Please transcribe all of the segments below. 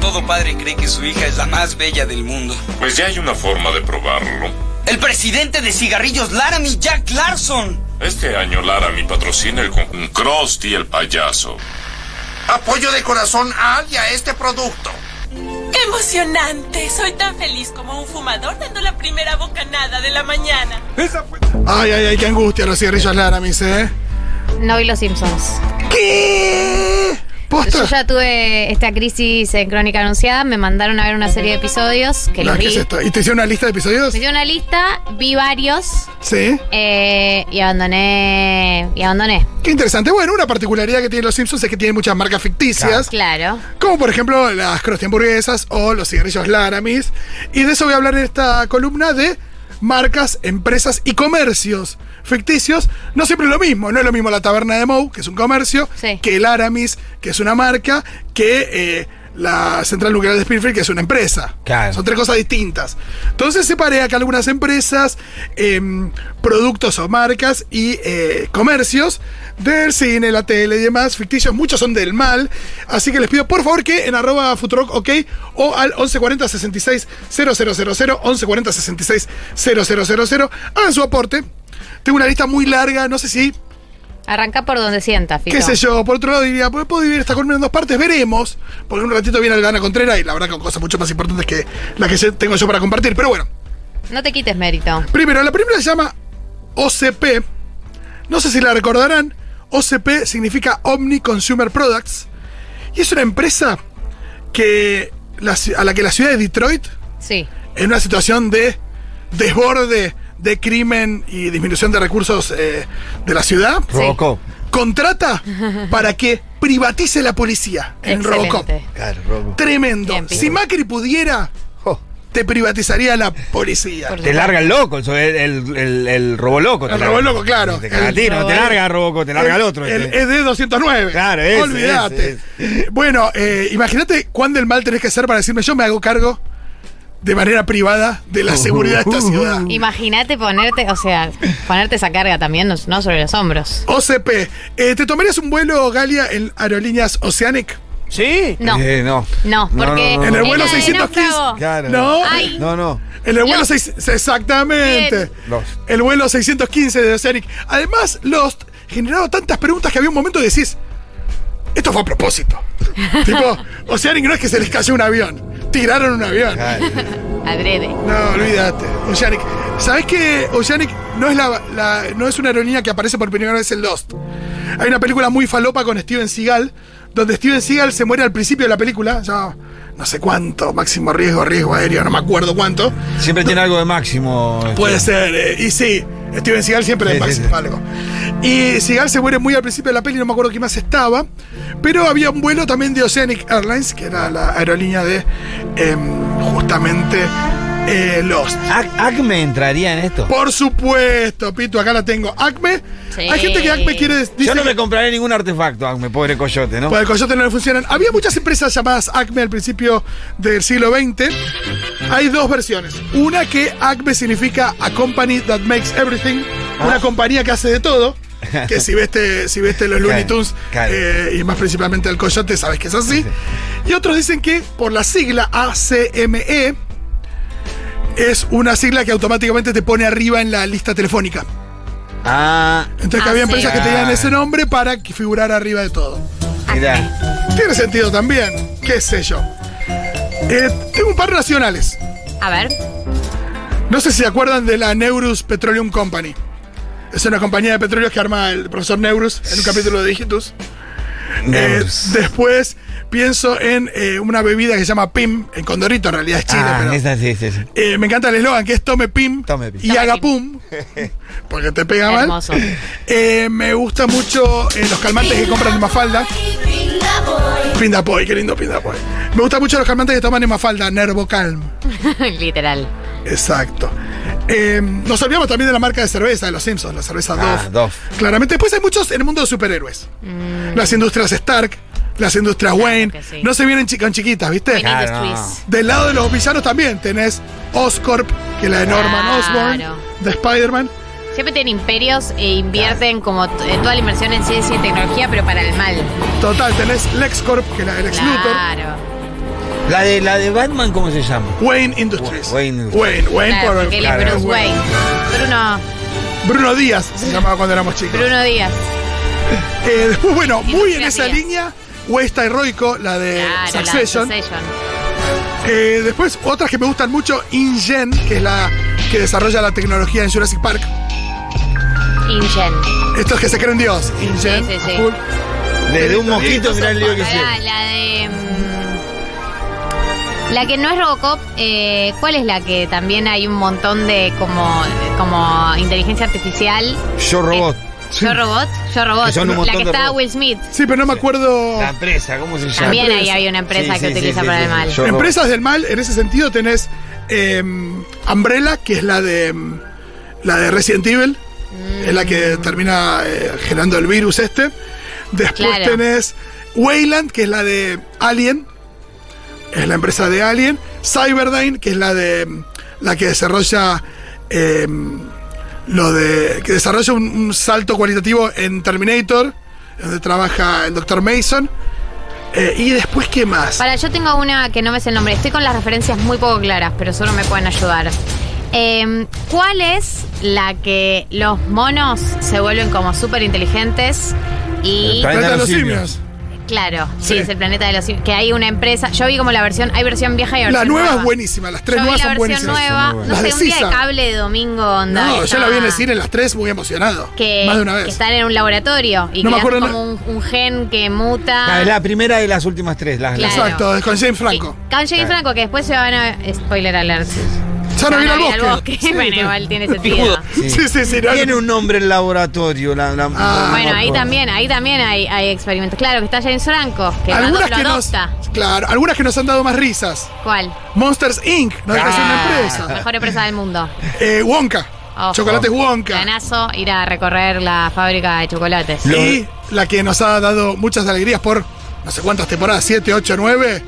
todo padre cree que su hija es la más bella del mundo. Pues ya hay una forma de probarlo. El presidente de cigarrillos Laramie, Jack Larson. Este año Laramie patrocina el con Krusty el payaso. Apoyo de corazón a Ali a este producto. ¡Qué emocionante! Soy tan feliz como un fumador dando la primera bocanada de la mañana. Ay, ay, ay, qué angustia los cigarrillos Laramis, ¿eh? No vi los Simpsons. ¿Qué? Yo ¿Posta? ya tuve esta crisis en Crónica Anunciada, me mandaron a ver una serie de episodios que No, los ¿qué vi. es esto? ¿Y te hicieron una lista de episodios? Me dio una lista, vi varios Sí. eh, y abandoné. Y abandoné. Qué interesante. Bueno, una particularidad que tienen los Simpsons es que tienen muchas marcas ficticias. Claro. Como por ejemplo las crusty hamburguesas o los cigarrillos Laramis. Y de eso voy a hablar en esta columna de marcas, empresas y comercios ficticios. No siempre es lo mismo. No es lo mismo la taberna de Moe, que es un comercio, Sí. que el Aramis, que es una marca, que eh, la central nuclear de Springfield, que es una empresa. Claro. Son tres cosas distintas. Entonces separé acá algunas empresas, em, productos o marcas y eh, comercios del cine, la tele y demás, ficticios, muchos son del mal. Así que les pido por favor que en arroba Futurock, ok, o al 1140 66 000, 1140 66 000, hagan su aporte. Tengo una lista muy larga, no sé si Arranca por donde sienta, Fito. ¿Qué sé yo? Por otro lado diría, pues, puedo dividir esta columna en dos partes, veremos. Porque en un ratito viene Aldana Contreras y la verdad con cosas mucho más importantes que las que yo- tengo yo para compartir. Pero bueno, No te quites mérito. primero, la primera se llama OCP. No sé si la recordarán. OCP significa Omni Consumer Products. Y es una empresa que la ci- a la que la ciudad de Detroit, Sí. en una situación de desborde de crimen y disminución de recursos eh, de la ciudad, Robocop. contrata para que privatice la policía en Excelente. Robocop. Claro, Robocop. Tremendo. Bien, Pitu. si Macri pudiera, Jo, te privatizaría la policía. Por- Te larga el loco, el, el, el, el roboloco. te El larga. roboloco, claro. Te caga a ti, no te larga Roboco, te larga el otro. El este. ED209. Claro, ese, Olvídate. Bueno, eh, imagínate cuán del mal tenés que hacer para decirme, yo me hago cargo de manera privada de Uh. la seguridad de esta ciudad. Imagínate ponerte, o sea, ponerte esa carga también, no, no sobre los hombros. OCP, eh, ¿te tomarías un vuelo, Galia, en Aerolíneas Oceanic? ¿Sí? No. Eh, no. No, porque- En el vuelo Era de 615. náufrago. Claro. No. Ay. No, no. En el vuelo Lost. 6... Exactamente. Bien. Lost. El vuelo 615 de Oceanic. Además, Lost generaba tantas preguntas que había un momento que decís, esto fue a propósito. tipo, Oceanic no es que se les cayó un avión, tiraron un avión. Claro. Adrede. No, olvídate. Oceanic. ¿Sabés que Oceanic no es, la, la- no es una aerolínea que aparece por primera vez en Lost? Hay una película muy falopa con Steven Seagal, donde Steven Seagal se muere al principio de la película, ya no sé cuánto, máximo riesgo, riesgo aéreo, no me acuerdo cuánto. Siempre tiene algo de máximo. este. Puede ser, eh, y sí, Steven Seagal siempre Sí, es sí, máximo sí. algo. Y Seagal se muere muy al principio de la peli, no me acuerdo quién más estaba, pero había un vuelo también de Oceanic Airlines, que era la aerolínea de em, justamente eh, Lost. Ac- ¿Acme entraría en esto? Por supuesto, Pito, acá la tengo. Acme. Sí. Hay gente que Acme quiere dice Yo no que- me compraré ningún artefacto, Acme, pobre coyote, ¿no? Pues al coyote no le funcionan. Había muchas empresas llamadas Acme al principio del siglo XX. Hay dos versiones. Una que Acme significa A Company That Makes Everything. Ah. Una compañía que hace de todo. Que si veste, si veste los Looney Claro, Tunes claro. eh, y más principalmente al coyote, sabes que es así. Y otros dicen que por la sigla ACME E es una sigla que automáticamente te pone arriba en la lista telefónica. Ah, Entonces que Ah, había sí. empresas que tenían Ah. ese nombre para que figurar arriba de todo. mira. Tiene sentido también, qué sé yo. Eh, tengo un par nacionales. A ver. No sé si se acuerdan de la Neurus Petroleum Company. Es una compañía de petróleos que arma el profesor Neurus en un capítulo de Digitus. Eh, Neurus. después pienso en eh, una bebida que se llama PIM, en Condorito, en realidad es Chile, ah, pero- esa sí, sí, sí. Eh, me encanta el eslogan que es tome pim, Tome pim. y Tome haga pim. pum. Porque te pega mal. Hermoso. Eh, me gusta mucho eh, los calmantes que compran en Mafalda. Pindapoy, qué lindo Pindapoy. Me gusta mucho los calmantes que toman en Mafalda, Nervocalm. Literal. Exacto. Eh, nos olvidamos también de la marca de cerveza de los Simpsons, la cerveza Ah, Dove. Dove. Claramente. Después hay muchos en el mundo de superhéroes. Las industrias Stark, las industrias Wayne. Mm. que sí. No se vienen chi- con chiquitas, ¿viste? Wayne Claro. Industries. Del lado de los villanos también tenés Oscorp, que es la de Norman Claro. Osborn, de Spider-Man. Siempre tienen imperios e invierten como t- eh, toda la inversión en ciencia y tecnología, pero para el mal. Total, tenés LexCorp, que es la de Lex Luthor. Claro. La de, la de Batman, ¿cómo se llama? Wayne Industries. Wayne Wayne, Wayne Claro, por porque él es claro, Bruce Wayne. Bruno, Bruno Díaz se llamaba cuando éramos chicos. Bruno Díaz. Eh, después, bueno, muy en Industrias esa Díaz. línea, Huesta Heroico, la Eh, de Claro, la de Succession. Succession. Eh, después, otras que me gustan mucho, InGen, que es la que desarrolla la tecnología en Jurassic Park. Ingen. Estos que se creen Dios, InGen. Sí, sí, sí. a full. Desde un mosquito, mirá el lío que Pará, hicieron. la de. mm, La que no es Robocop, eh, ¿cuál es la que también hay un montón de como, como inteligencia artificial? Eh, Yo Robot. Yo robot, yo robot. Que son un la montón que de estaba robots. Will Smith. Sí, pero no me acuerdo. La empresa, ¿cómo se llama? También ahí Empresa. había una empresa Sí, que sí, utiliza sí, para sí, el sí. mal. Yo- Empresas del mal, en ese sentido tenés eh, Umbrella, que es la de mm, la de Resident Evil, es la que termina eh, generando el virus este. Después Claro. tenés Wayland, que es la de Alien, es la empresa de Alien. Cyberdyne, que es la de mm, la que desarrolla eh, lo de que desarrolla un, un salto cualitativo en Terminator, donde trabaja el Dr. Mason. Eh, y después qué más. Para, yo tengo una que no me sé el nombre. Estoy con las referencias muy poco claras, pero solo me pueden ayudar. Eh, ¿Cuál es la que los monos se vuelven como súper inteligentes y... Planeta Planeta de de los los simios. simios. Claro, sí, Sí. es el planeta de los sim- que hay una empresa. Yo vi como la versión, hay versión vieja y versión La nueva es buenísima, las tres Yo vi nuevas la son versión buenísimas. nueva, Son muy no buenas. sé, Las un de día de Sisa. cable de domingo, onda. No, que yo la vi en el está- cine en las tres muy emocionado. Que, más de una vez. que están en un laboratorio y No me que acuerdo dan como un, un gen que muta. La, la primera de las últimas tres. Las, las- Claro. Exacto, con James Que- Franco. Con James Claro. Franco, que después se van a. Spoiler alert. Ya no Van vino a al ir bosque. bosque. bueno, igual tiene sentido. Boludo. Sí, sí, sí. no, Tiene no. un nombre el laboratorio. La, la- Ah. Bueno, ahí por- también, ahí también hay, hay experimentos. Claro, que está James Franco, que Algunas Manolo que lo nos. adopta. Claro, algunas que nos han dado más risas. ¿Cuál? Monsters Inc. No deja de ser Ah. una La empresa. mejor empresa del mundo. Eh, Wonka. Ojo. Chocolates Wonka. Planazo, ir a recorrer la fábrica de chocolates. Lo- Y la que nos ha dado muchas alegrías por no sé cuántas temporadas, 7, 8, 9.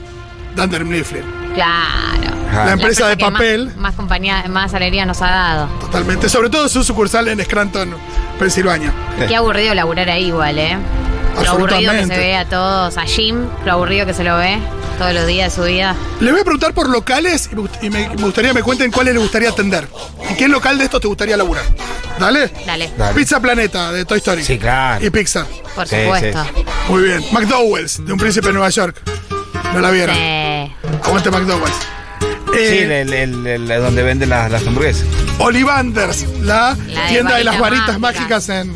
Dunder Mifflin. Claro. Ah. La empresa de que más- papel. Más, compañía, más alegría nos ha dado. Totalmente. Sobre todo su sucursal en Scranton, Pensilvania. Qué aburrido laburar ahí igual, ¿eh? Lo aburrido que se Absolutamente. ve a todos, a Jim, lo aburrido que se lo ve todos los días de su vida. Le voy a preguntar por locales y me gust- y me, me gustaría que me cuenten cuáles le gustaría atender. ¿En qué local de estos te gustaría laburar? ¿Dale? Dale, Dale. Pizza Planeta de Toy Story. Sí, claro. Y Pixar. por Sí, supuesto. sí. Muy bien. McDowell's de Un Príncipe de Nueva York. No la vieron. Eh, Aguante McDowell's. Sí, el, Eh, el- el- el- donde venden las, las hamburguesas. Ollivanders, la, La de tienda de las varitas varitas mágicas en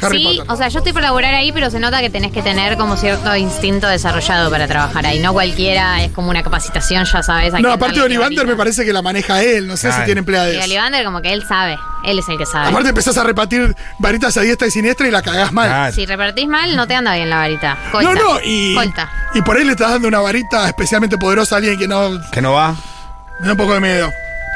Harry sí, Potter. o sea, yo estoy por laburar ahí, pero se nota que tenés que tener como cierto instinto desarrollado para trabajar ahí. No cualquiera, es como una capacitación, ya sabes. no, aparte de Ollivander me parece que la maneja él, no sé Claro. si tiene empleados. Y Olivander como que él sabe, él es el que sabe. Aparte empezás a repartir varitas a diestra y siniestra y la cagás mal. Ah, Si repartís mal, no te anda bien la varita. Colta. No, no, y, Colta. y por ahí le estás dando una varita especialmente poderosa a alguien que no. Me Que no va. da un poco de miedo.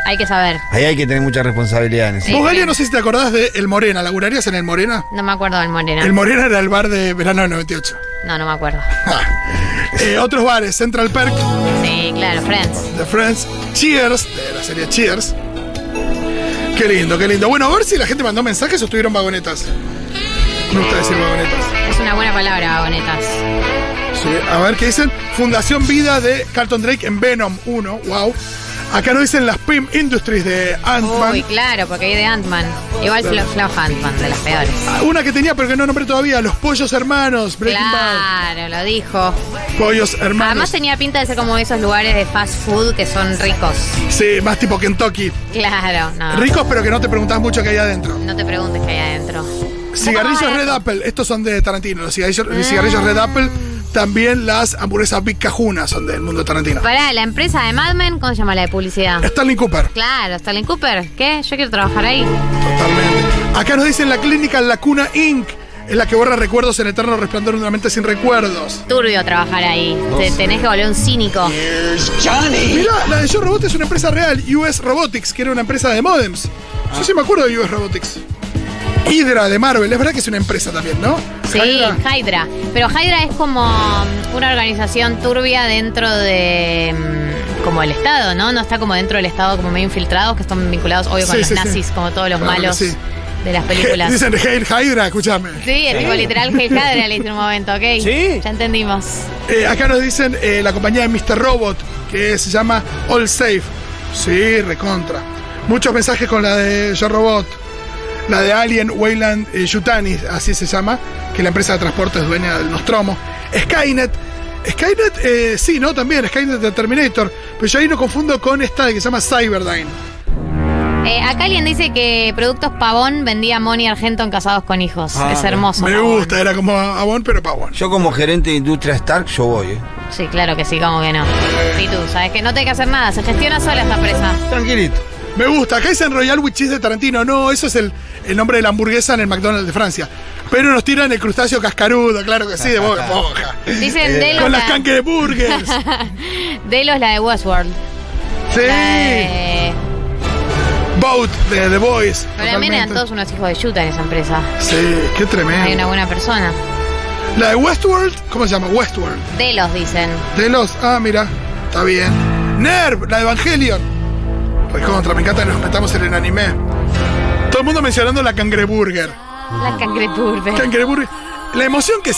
Hay que saber. Ahí hay que tener mucha responsabilidad en eso. Sí. Vos, Galia, no sé si te acordás de El Morena. ¿Laburarías en El Morena? No me acuerdo del Morena. El Morena era el bar de verano del 98. No, no me acuerdo. Ah. Eh, otros bares, Central Perk, Sí, claro, Friends. The Friends, Cheers, de la serie Cheers. Qué lindo, qué lindo. Bueno, a ver si la gente mandó mensajes o estuvieron vagonetas. Me gusta decir vagonetas. Es una buena palabra, vagonetas. Sí, a ver qué dicen. Fundación Vida de Carlton Drake en Venom 1. Wow. Acá nos dicen las PIM Industries de Ant-Man. Uy, claro, porque hay de Ant-Man. Igual flo- floja Ant-Man, de las peores. Ah, Una que tenía, pero que no nombré todavía, Los Pollos Hermanos, Breaking Claro, lo dijo. Bad. Pollos Además Hermanos. tenía pinta de ser como esos lugares de fast food que son ricos. Sí, más tipo Kentucky. Claro, no. Ricos, pero que no te preguntás mucho qué hay adentro. No te preguntes qué hay adentro. Cigarrillos barato. Red Apple, estos son de Tarantino. Los cigarrillos, los cigarrillos Red Apple, también las hamburguesas Big Cajuna son del mundo Tarantino. Pará, la empresa de Mad Men, ¿cómo se llama la de publicidad? Stanley Cooper, Claro, Stanley Cooper. ¿Qué? Yo quiero trabajar ahí. totalmente. Acá nos dicen la clínica La Cuna Inc. Es la que borra recuerdos en eterno resplandor de una mente sin recuerdos. Turbio trabajar ahí. Te tenés que volver un cínico. Mirá, la de Yo Robot es una empresa real, US Robotics, que era una empresa de modems. Yo sí me acuerdo de US Robotics. Hydra de Marvel, es verdad que es una empresa también, ¿no? Sí, Hydra. Hydra. Pero Hydra es como mm, una organización turbia dentro de mm, como el Estado, ¿no? No está como dentro del Estado como medio infiltrados que están vinculados obvio con Sí, los sí, sí. nazis, como todos los Claro que malos. sí. de las películas. Dicen Hail Hydra, escúchame. Sí, el tipo literal Hail Hydra le hizo en un momento, ¿ok? Sí. Ya entendimos. Eh, acá nos dicen eh, la compañía de Mr. Robot, que se llama All Safe. Sí, recontra. Muchos mensajes con la de Yo Robot. La de Alien Wayland eh, Yutani, así se llama, que la empresa de transporte es dueña del Nostromo. Skynet. Skynet, eh, sí, ¿no? También, Skynet de Terminator. Pero yo ahí no confundo con esta que se llama Cyberdyne. Eh, acá alguien dice que productos Pavón vendía Moni Argento en Casados con Hijos. Ah, es hermoso. Me Pavón. gusta, era como Avon, pero Pavón. Yo como gerente de industria Stark, yo voy. eh. Sí, claro que sí, como que no. Sí, tú, sabes que no te hay que hacer nada, se gestiona sola esta empresa. Tranquilito. Me gusta. Acá dicen Royal with Cheese de Tarantino. No, eso es el, el nombre de la hamburguesa en el McDonald's de Francia. Pero nos tiran el crustáceo cascarudo, claro que sí, de boca boca. Eh, Dicen Delos, Con las la, canques de burgers. Delos, la de Westworld. La Sí. de- Boat de The Boys. Pero también eran todos unos hijos de yuta en esa empresa. Sí, qué Hay una tremendo. buena persona. La de Westworld, ¿cómo se llama? Westworld. Delos, dicen. De los. Ah, mira. Está bien. Nerv, la de Evangelion. Recontra, me encanta que nos metamos en el anime. Todo el mundo mencionando la cangreburger. La cangreburger. Cangreburger. La emoción que